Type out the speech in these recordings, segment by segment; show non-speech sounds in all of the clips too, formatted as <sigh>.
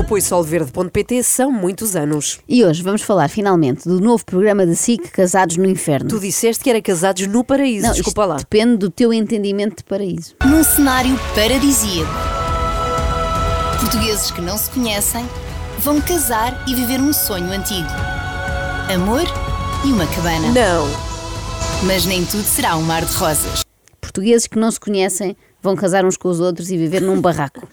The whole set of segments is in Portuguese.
apoio solverde.pt são muitos anos. E hoje vamos falar finalmente do novo programa da SIC Casados no Inferno. Tu disseste que era casados no paraíso, Não, desculpa isto lá. Depende do teu entendimento de paraíso. Num cenário paradisíaco, portugueses que não se conhecem vão casar e viver um sonho antigo: amor e uma cabana. Não, Mas nem tudo será um mar de rosas. Portugueses que não se conhecem vão casar uns com os outros e viver num barraco.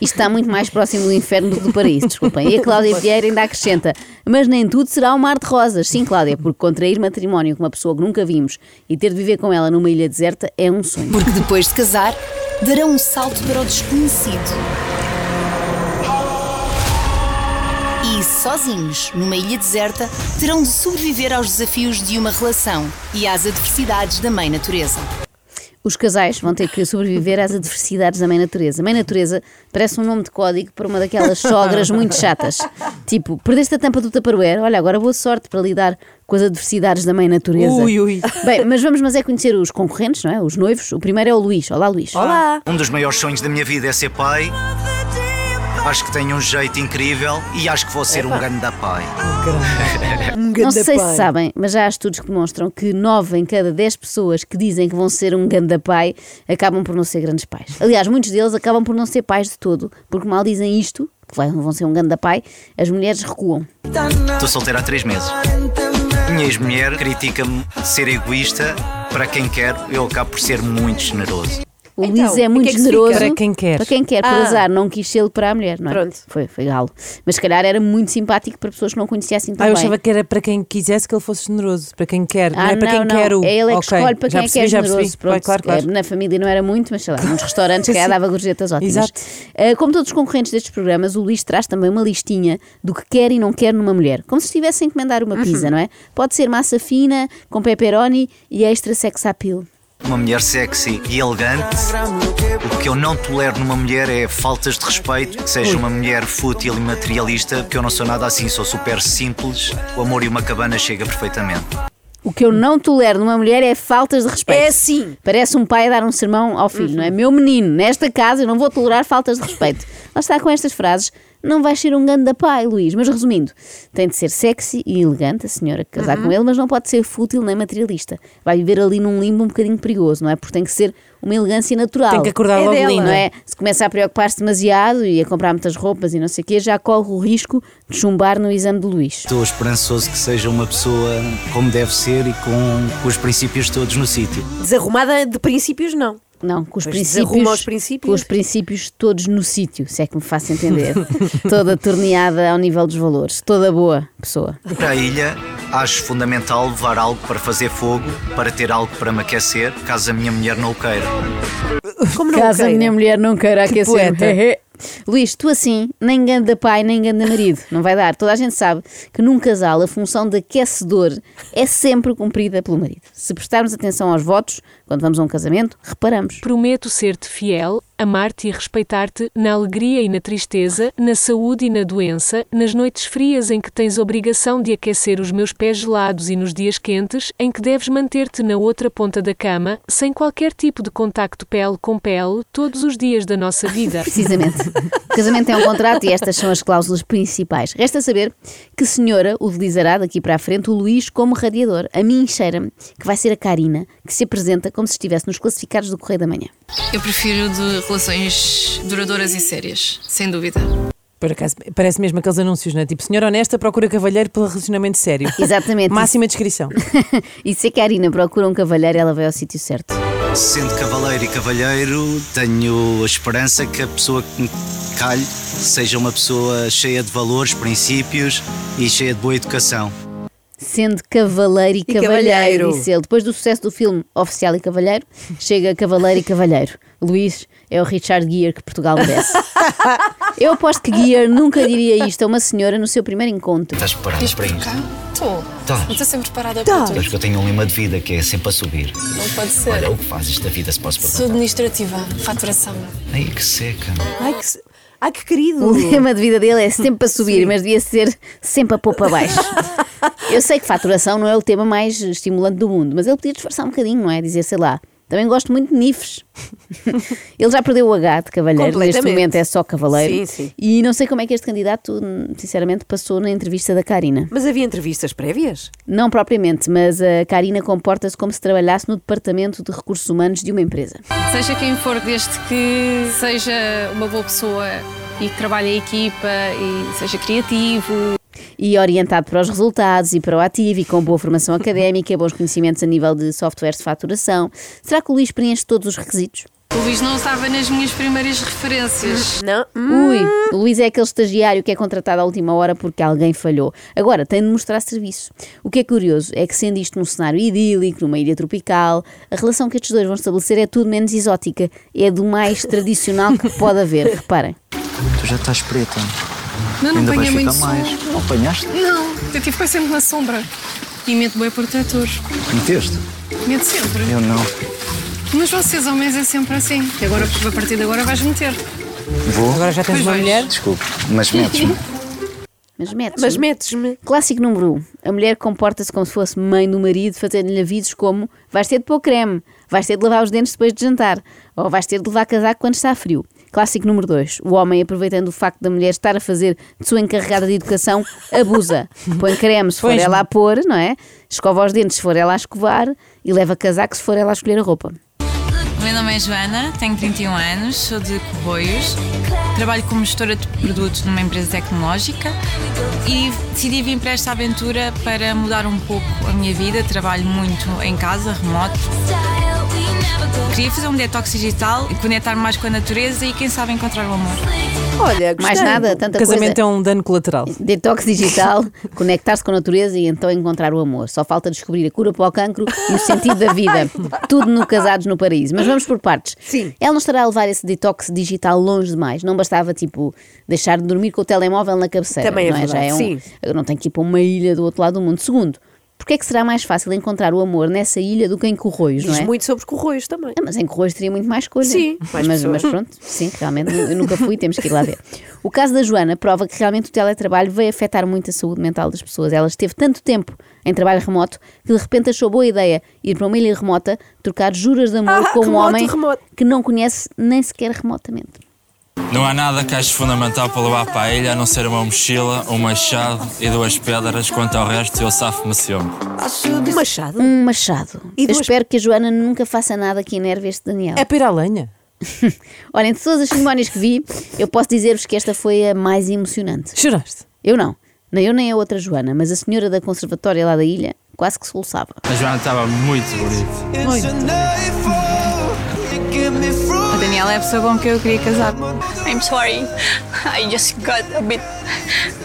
Isto está muito mais próximo do inferno do que do paraíso, desculpem. E a Cláudia Vieira ainda acrescenta: Mas nem tudo será um mar de rosas. Sim, Cláudia, porque contrair matrimónio com uma pessoa que nunca vimos e ter de viver com ela numa ilha deserta é um sonho. Porque depois de casar, darão um salto para o desconhecido. E sozinhos, numa ilha deserta, terão de sobreviver aos desafios de uma relação e às adversidades da mãe natureza. Os casais vão ter que sobreviver às adversidades da Mãe Natureza. Mãe Natureza parece um nome de código para uma daquelas sogras muito chatas. Tipo, perdeste a tampa do Tupperware, olha, agora boa sorte para lidar com as adversidades da Mãe Natureza. Ui, ui. Bem, mas vamos mas é conhecer os concorrentes, não é? Os noivos. O primeiro é o Luís. Olá, Luís. Olá! Um dos maiores sonhos da minha vida é ser pai. Acho que tenho um jeito incrível e acho que vou ser um grande pai. Um Não ganda sei pai. se sabem, mas já há estudos que demonstram que 9 em cada 10 pessoas que dizem que vão ser um ganda pai acabam por não ser grandes pais. Aliás, muitos deles acabam por não ser pais de todo, porque mal dizem isto, que vai- vão ser um ganda pai, as mulheres recuam. Estou solteiro há três meses. Minha ex-mulher critica-me de ser egoísta. Para quem quer, eu acabo por ser muito generoso. O Então, Luís é e muito que é que se generoso. fica? Para quem quer. Para quem quer, por Ah. azar, não quis ser para a mulher, não é? Pronto. Foi, foi galo. Mas se calhar era muito simpático para pessoas que não conhecessem tão Ah, eu bem. achava que era para quem quisesse que ele fosse generoso, para quem quer, não Ah, é para quem quer o. É ele é que Ok, escolhe para já quem é que é percebi, já generoso. percebi. Pronto, claro, claro. eh, Na família não era muito, mas sei lá, nos restaurantes <laughs> que dava gorjetas ótimas. Exato. Eh, como todos os concorrentes destes programas, o Luís traz também uma listinha do que quer e não quer numa mulher. Como se estivesse a encomendar uma Uhum. pizza, não é? Pode ser massa fina, com pepperoni e extra sex appeal. Uma mulher sexy e elegante. O que eu não tolero numa mulher é faltas de respeito, que seja uma mulher fútil e materialista, porque eu não sou nada assim, sou super simples. O amor e uma cabana chega perfeitamente. O que eu não tolero numa mulher é faltas de respeito. É assim. sim. Parece um pai a dar um sermão ao Uhum. filho, não é? Meu menino, nesta casa eu não vou tolerar faltas de respeito. Lá está com estas frases. Não vais ser um ganda pai, Luís. Mas resumindo, tem de ser sexy e elegante a senhora que casar Uhum. com ele, mas não pode ser fútil nem materialista. Vai viver ali num limbo um bocadinho perigoso, não é? Porque tem que ser uma elegância natural. Tem que acordar é logo dela, linda. não é? Se começa a preocupar-se demasiado e a comprar muitas roupas e não sei o quê, já corre o risco de chumbar no exame do Luís. Estou esperançoso que seja uma pessoa como deve ser e com os princípios todos no sítio. Desarrumada de princípios, não. Não, com os Pois princípios, desarruma os princípios. Com os princípios todos no sítio, se é que me <laughs> faço entender. toda torneada ao nível dos valores, toda boa pessoa. Para a ilha, acho fundamental levar algo para fazer fogo, para ter algo para me aquecer, caso a minha mulher não o queira. Como não Caso a queira. minha mulher não queira aquecer. poeta. <laughs> Luís, tu assim, nem ganda pai, nem ganda marido, não vai dar. Toda a gente sabe que num casal a função de aquecedor é sempre cumprida pelo marido. Se prestarmos atenção aos votos, quando vamos a um casamento, reparamos. Prometo ser-te fiel, amar-te e respeitar-te na alegria e na tristeza, na saúde e na doença, nas noites frias em que tens obrigação de aquecer os meus pés gelados e nos dias quentes em que deves manter-te na outra ponta da cama, sem qualquer tipo de contacto pele com pele, todos os dias da nossa vida. Precisamente. O casamento é um contrato e estas são as cláusulas principais. Resta saber que senhora utilizará daqui para a frente o Luís como radiador. A mim cheira-me que vai ser a Karina que se apresenta como se estivesse nos classificados do Correio da Manhã. Eu prefiro de relações duradouras e sérias, sem dúvida. Por acaso, parece mesmo aqueles anúncios, não é? Tipo, senhora honesta procura cavalheiro pelo relacionamento sério. <laughs> <laughs> Exatamente. Máxima descrição. E se a Karina procura um cavalheiro, ela vai ao sítio certo. Sendo cavaleiro e cavalheiro, tenho a esperança que a pessoa que me calhe seja uma pessoa cheia de valores, princípios e cheia de boa educação. Sendo cavaleiro e, cavalheiro, cavalheiro. disse ele. Depois do sucesso do filme Oficial e Cavalheiro, chega Cavaleiro e Cavalheiro. Luís é o Richard Gere que Portugal merece. Eu aposto que Gere nunca diria isto a uma senhora no seu primeiro encontro. Estás preparada para isto? Estou. Estás. Não estou sempre parada Estás. para tudo. Acho que eu tenho um lema de vida que é sempre a subir. Não pode ser. Olha, o que fazes da vida se posso Sou perguntar? administrativa, faturação. Ai, que seca. Ai, que, se- ai, que querido. O lema de vida dele é sempre a subir, mas devia ser sempre a pôr para <laughs> baixo. Eu sei que faturação não é o tema mais estimulante do mundo, mas ele podia disfarçar um bocadinho, não é? Dizer, sei lá, Também gosto muito <laughs> de nifes. Ele já perdeu o H de cavalheiro, neste Completamente. momento é só cavaleiro. Sim, sim. E não sei como é que este candidato, sinceramente, passou na entrevista da Karina. Mas havia entrevistas prévias? Não propriamente, mas a Karina comporta-se como se trabalhasse no departamento de recursos humanos de uma empresa. Seja quem for, desde que seja uma boa pessoa e que trabalhe em equipa e seja criativo. E orientado para os resultados e para o ativo e com boa formação académica, bons conhecimentos a nível de softwares de faturação. Será que o Luís preenche todos os requisitos? O Luís não estava nas minhas primeiras referências. Não. Hum. Ui, o Luís é aquele estagiário que é contratado à última hora porque alguém falhou. Agora, tem de mostrar serviço. O que é curioso é que, sendo isto num cenário idílico, numa ilha tropical, a relação que estes dois vão estabelecer é tudo menos exótica. É do mais tradicional que pode haver, reparem. Tu já estás preta. Não, não Ainda vais apanhei ficar muito mais. sol. Não apanhaste? Não, eu tive que sempre na sombra. E meto bem protetor. Meteste? Meto sempre. Eu não. Mas vocês, homens, é sempre assim. E agora, a partir de agora, vais meter. Vou? Agora já tens Pois uma vais. mulher. Desculpe, <laughs> mas metes-me. Mas metes. Mas metes-me. Clássico número 1. Um, a mulher comporta-se como se fosse mãe do marido, fazendo-lhe avisos como vais ter de pôr creme, vais ter de lavar os dentes depois de jantar, ou vais ter de levar casaco quando está frio. Clássico número 2. O homem, aproveitando o facto da mulher estar a fazer de sua encarregada de educação, <laughs> abusa. Põe creme se for Pois. ela a pôr, não é? Escova os dentes se for ela a escovar e leva casaco se for ela a escolher a roupa. Meu nome é Joana, tenho 31 anos, sou de Corroios, trabalho como gestora de produtos numa empresa tecnológica e decidi vir para esta aventura para mudar um pouco a minha vida. Trabalho muito em casa, remoto. Queria fazer um detox digital e conectar mais com a natureza e, quem sabe, encontrar o amor. Olha, Mais gostei. nada, tanta coisa. Casamento é um dano colateral. Detox digital, <laughs> conectar-se com a natureza e então encontrar o amor. Só falta descobrir a cura para o cancro e o sentido <laughs> da vida. Tudo no Casados no Paraíso. Mas vamos por partes. Sim. Ela não estará a levar esse detox digital longe demais. Não bastava, tipo, deixar de dormir com o telemóvel na cabeceira. Também é não Já verdade, é um, sim. Eu não tenho que ir para uma ilha do outro lado do mundo. Segundo, porque é que será mais fácil encontrar o amor nessa ilha do que em Corroios, Diz não é? muito sobre Corroios também. Ah, Mas em Corroios teria muito mais escolha. Sim, mais mas, mas pessoas. pronto, sim, realmente, eu nunca fui, temos que ir lá ver. O caso da Joana prova que realmente o teletrabalho veio afetar muito a saúde mental das pessoas. Ela esteve tanto tempo em trabalho remoto que de repente achou boa ideia ir para uma ilha remota trocar juras de amor Ah, com um remoto, homem remoto. que não conhece nem sequer remotamente. Não há nada que ache fundamental para levar para a ilha a não ser uma mochila, um machado e duas pedras. Quanto ao resto, eu safo-me sempre. Machado. Um machado. E Eu duas- espero que a Joana nunca faça nada que enerve este Daniel. É para ir à lenha. Olha, entre todas as cerimónias que vi, eu posso dizer-vos que esta foi a mais emocionante. Choraste. Eu não. Nem eu nem a outra Joana, mas a senhora da conservatória lá da ilha quase que soluçava. A Joana estava muito bonita. A Daniela é a pessoa com quem eu queria casar. I'm sorry. I just got a bit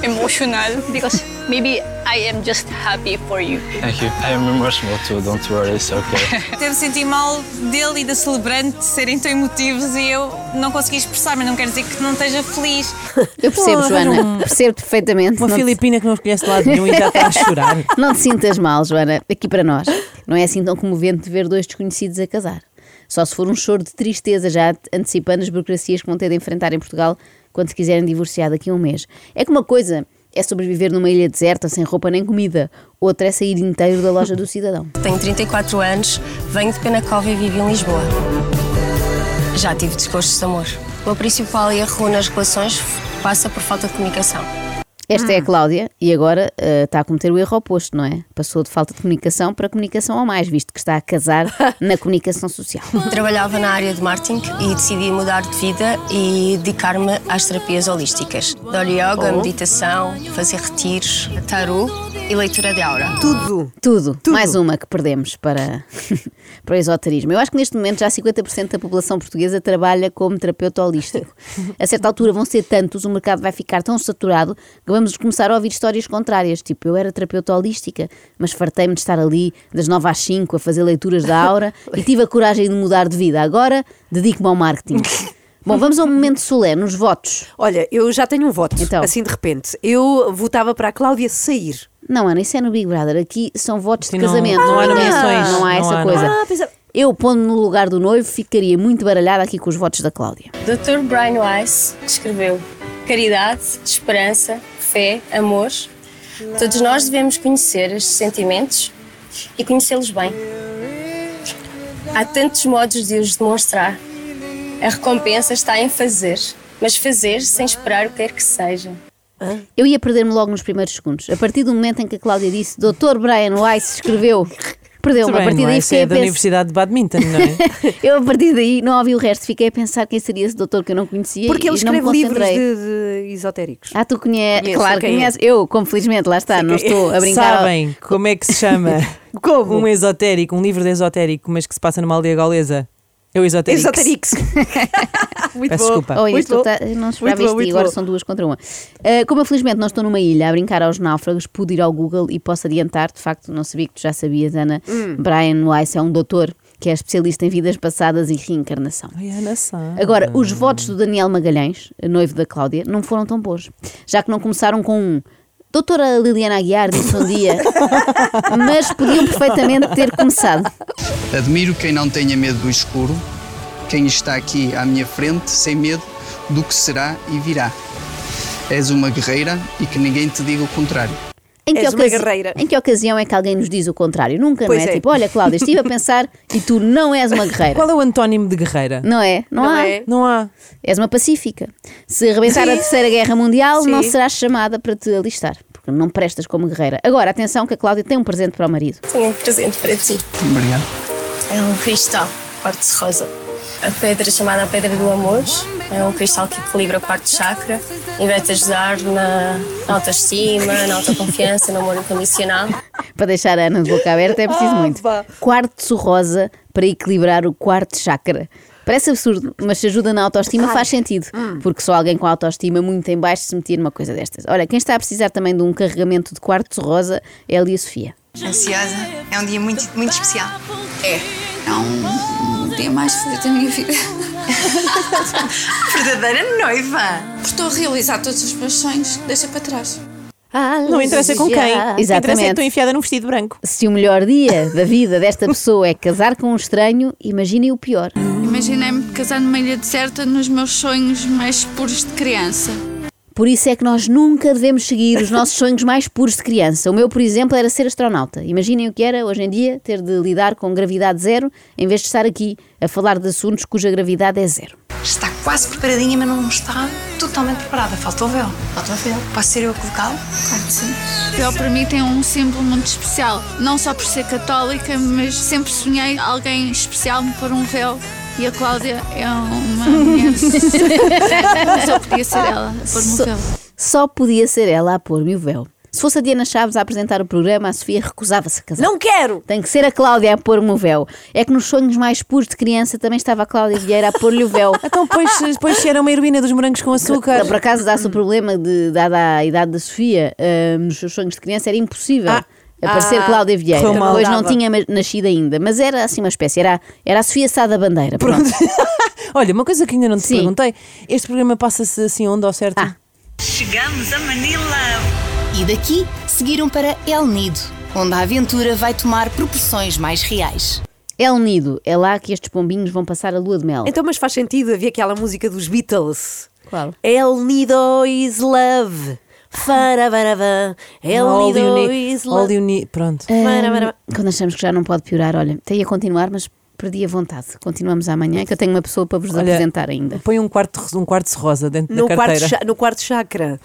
emotional because maybe I am just happy for you. Thank you. I am emotional too, don't worry, it's okay. Devo sentir mal dele e da celebrante de serem tão emotivos e eu não consegui expressar, mas não quer dizer que não esteja feliz. Eu percebo, Porra, Joana, percebo perfeitamente. não, Uma te, Então, filipina que não conhece de lado nenhum e já está a chorar. não te sintas mal, Joana, aqui para nós. Não é assim tão comovente ver dois desconhecidos a casar. Só se for um choro de tristeza, já antecipando as burocracias que vão ter de enfrentar em Portugal quando se quiserem divorciar daqui a um mês. É que uma coisa é sobreviver numa ilha deserta, sem roupa nem comida, outra é sair inteiro da loja do cidadão. Tenho 34 anos, venho de Penacova e vivo em Lisboa. Já tive desgostos de amor. O meu principal erro nas relações passa por falta de comunicação. Esta é a Cláudia e agora eh, está a cometer o erro oposto, não é? Passou de falta de comunicação para comunicação a mais, visto que está a casar na comunicação social. Trabalhava na área de marketing e decidi mudar de vida e dedicar-me às terapias holísticas. Dou-lhe yoga, meditação, fazer retiros, tarot e leitura de aura. Tudo. Tudo. Mais uma que perdemos para, <laughs> para o esoterismo. Eu acho que neste momento já 50% da população portuguesa trabalha como terapeuta holístico. A certa altura vão ser tantos, o mercado vai ficar tão saturado que vamos começar a ouvir histórias contrárias. Tipo, eu era terapeuta holística, mas fartei-me de estar ali das 9 às 5 a fazer leituras da aura e tive a coragem de mudar de vida. Agora dedico-me ao marketing. Bom, vamos a um momento solene, os votos. Olha, eu já tenho um voto, Então. assim de repente. Eu votava para a Cláudia sair. Não, Ana, isso é no Big Brother. Aqui são votos Aqui de não- casamento. não há Ah, nomeações. Não há Não essa há, não coisa. há. Ah, pensava- Eu, pondo no lugar do noivo, ficaria muito baralhada aqui com os votos da Cláudia. Dr. Brian Weiss escreveu: Caridade, esperança, fé, amor. Todos nós devemos conhecer estes sentimentos e conhecê-los bem. Há tantos modos de os demonstrar. A recompensa está em fazer, mas fazer sem esperar o que quer que seja. Eu ia perder-me logo nos primeiros segundos. A partir do momento em que a Cláudia disse Dr. Brian Weiss <laughs> escreveu, perdeu-me. A Bem, partir não é? daí Isso é fiquei a da pensar. Universidade de Badminton, não é? <laughs> Eu a partir daí não ouvi o resto, fiquei a pensar quem seria esse doutor que eu não conhecia. Porque e ele não me escreve livros concentrei. de, de esotéricos. Ah, tu conheces? Conheço, claro, quem é. conheces. Eu, como felizmente, lá está, não <laughs> estou a brincar. Sabem como é que se chama? <laughs> Como? Um esotérico, um livro de esotérico, mas que se passa numa aldeia gaulesa. É o esotérico. Exoterix. <laughs> Muito Peço bom. desculpa. Olha, Muito tu bom. tá- não Muito esperava bom, isto muito e agora bom. são duas contra uma. Ah, como eu felizmente não estou numa ilha a brincar aos náufragos, pude ir ao Google e posso adiantar, de facto, não sabia que tu já sabias, Ana. Hum. Brian Weiss é um doutor que é especialista em vidas passadas e reencarnação. Ai, Ana Sá. Agora, os votos do Daniel Magalhães, noivo da Cláudia, não foram tão bons, já que não começaram com um. Doutora Liliana Aguiar disse <laughs> um dia, mas podiam perfeitamente ter começado. Admiro quem não tenha medo do escuro, quem está aqui à minha frente sem medo do que será e virá. És uma guerreira e que ninguém te diga o contrário. Em que, És uma ocasi- guerreira. em que ocasião é que alguém nos diz o contrário? Nunca, Pois não é? é. Tipo, olha, Cláudia, estive a pensar e tu não és uma guerreira. Qual é o antónimo de guerreira? Não é? Não, Não há. é. Não há. És uma pacífica. Se arrebentar a Sim. Terceira Guerra Mundial, não Sim. serás chamada para te alistar, porque não prestas como guerreira. Agora, atenção que a Cláudia tem um presente para o marido. Tenho um presente para ti. Obrigado. É um cristal, parte rosa. A pedra chamada Pedra do Amor é um cristal que equilibra a parte do chakra e vai-te ajudar na na autoestima, na autoconfiança, no amor incondicional. Para deixar a Ana de boca aberta é preciso Ah, muito. Quartzo rosa para equilibrar o quarto chakra. Parece absurdo, mas se ajuda na autoestima faz sentido, Hum. porque só alguém com autoestima muito em baixo se metia numa coisa destas. Olha, quem está a precisar também de um carregamento de quartzo rosa é a Lia Sofia. Ansiosa. É um dia muito, muito especial. É. É um, um dia mais feliz da minha vida. <laughs> Verdadeira noiva. Porque estou a realizar todos os meus sonhos que deixei para trás. Não interessa com quem. O que interessa é que Exatamente. estou enfiada num vestido branco. Se o melhor dia da vida desta pessoa é casar com um estranho, imaginem o pior. Imaginei-me casar numa ilha deserta nos meus sonhos mais puros de criança. Por isso é que nós nunca devemos seguir os nossos sonhos mais puros de criança. O meu, por exemplo, era ser astronauta. Imaginem o que era hoje em dia ter de lidar com gravidade zero em vez de estar aqui a falar de assuntos cuja gravidade é zero. Está quase preparadinha, mas não está totalmente preparada. Falta o véu. Falta o véu. Posso ser eu a colocá-lo? Claro que sim. O véu para mim tem um símbolo muito especial. Não só por ser católica, mas sempre sonhei alguém especial me pôr um véu. E a Cláudia é uma mulher. Só podia ser ela a pôr-me Só- o véu. Só podia ser ela a pôr-me o véu. Se fosse a Diana Chaves a apresentar o programa, a Sofia recusava-se a casar. Não quero! Tem que ser a Cláudia a pôr-me o véu. É que nos sonhos mais puros de criança também estava a Cláudia Vieira a pôr-lhe o véu. Então, pois, depois se era uma heroína dos morangos com açúcar. Por acaso dá-se o Hum. problema de, dada a idade da Sofia, ah, nos seus sonhos de criança era impossível. Aparecer Ah. Cláudia Vieira, Como depois não dava. tinha ma- nascido ainda, mas era assim uma espécie, era, era a Sofia Sá da Bandeira. Pronto. Olha, uma coisa que ainda não te Sim. Ah, perguntei: este programa passa-se assim onde ao certo? Chegamos a Manila. E daqui seguiram para El Nido, onde a aventura vai tomar proporções mais reais. El Nido, é lá que estes pombinhos vão passar a lua de mel. Então, mas faz sentido, havia aquela música dos Beatles. Claro. El Nido is love. Farabaravan. El All you Nido need- is all love. you need- Pronto. Ah. Mara, mara. Eh, Quando achamos que já não pode piorar, olha, até ia continuar, mas perdi a vontade. Continuamos amanhã, que eu tenho uma pessoa para vos Olha, apresentar ainda. Põe um quarto, um quarto rosa dentro No da quarto, carteira. cha- no quarto chakra.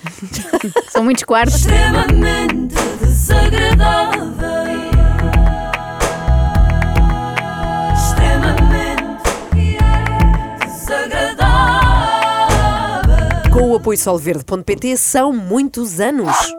São <laughs> muitos quartos. Extremamente desagradável. Extremamente desagradável. Com o apoio solverde.pt são muitos anos.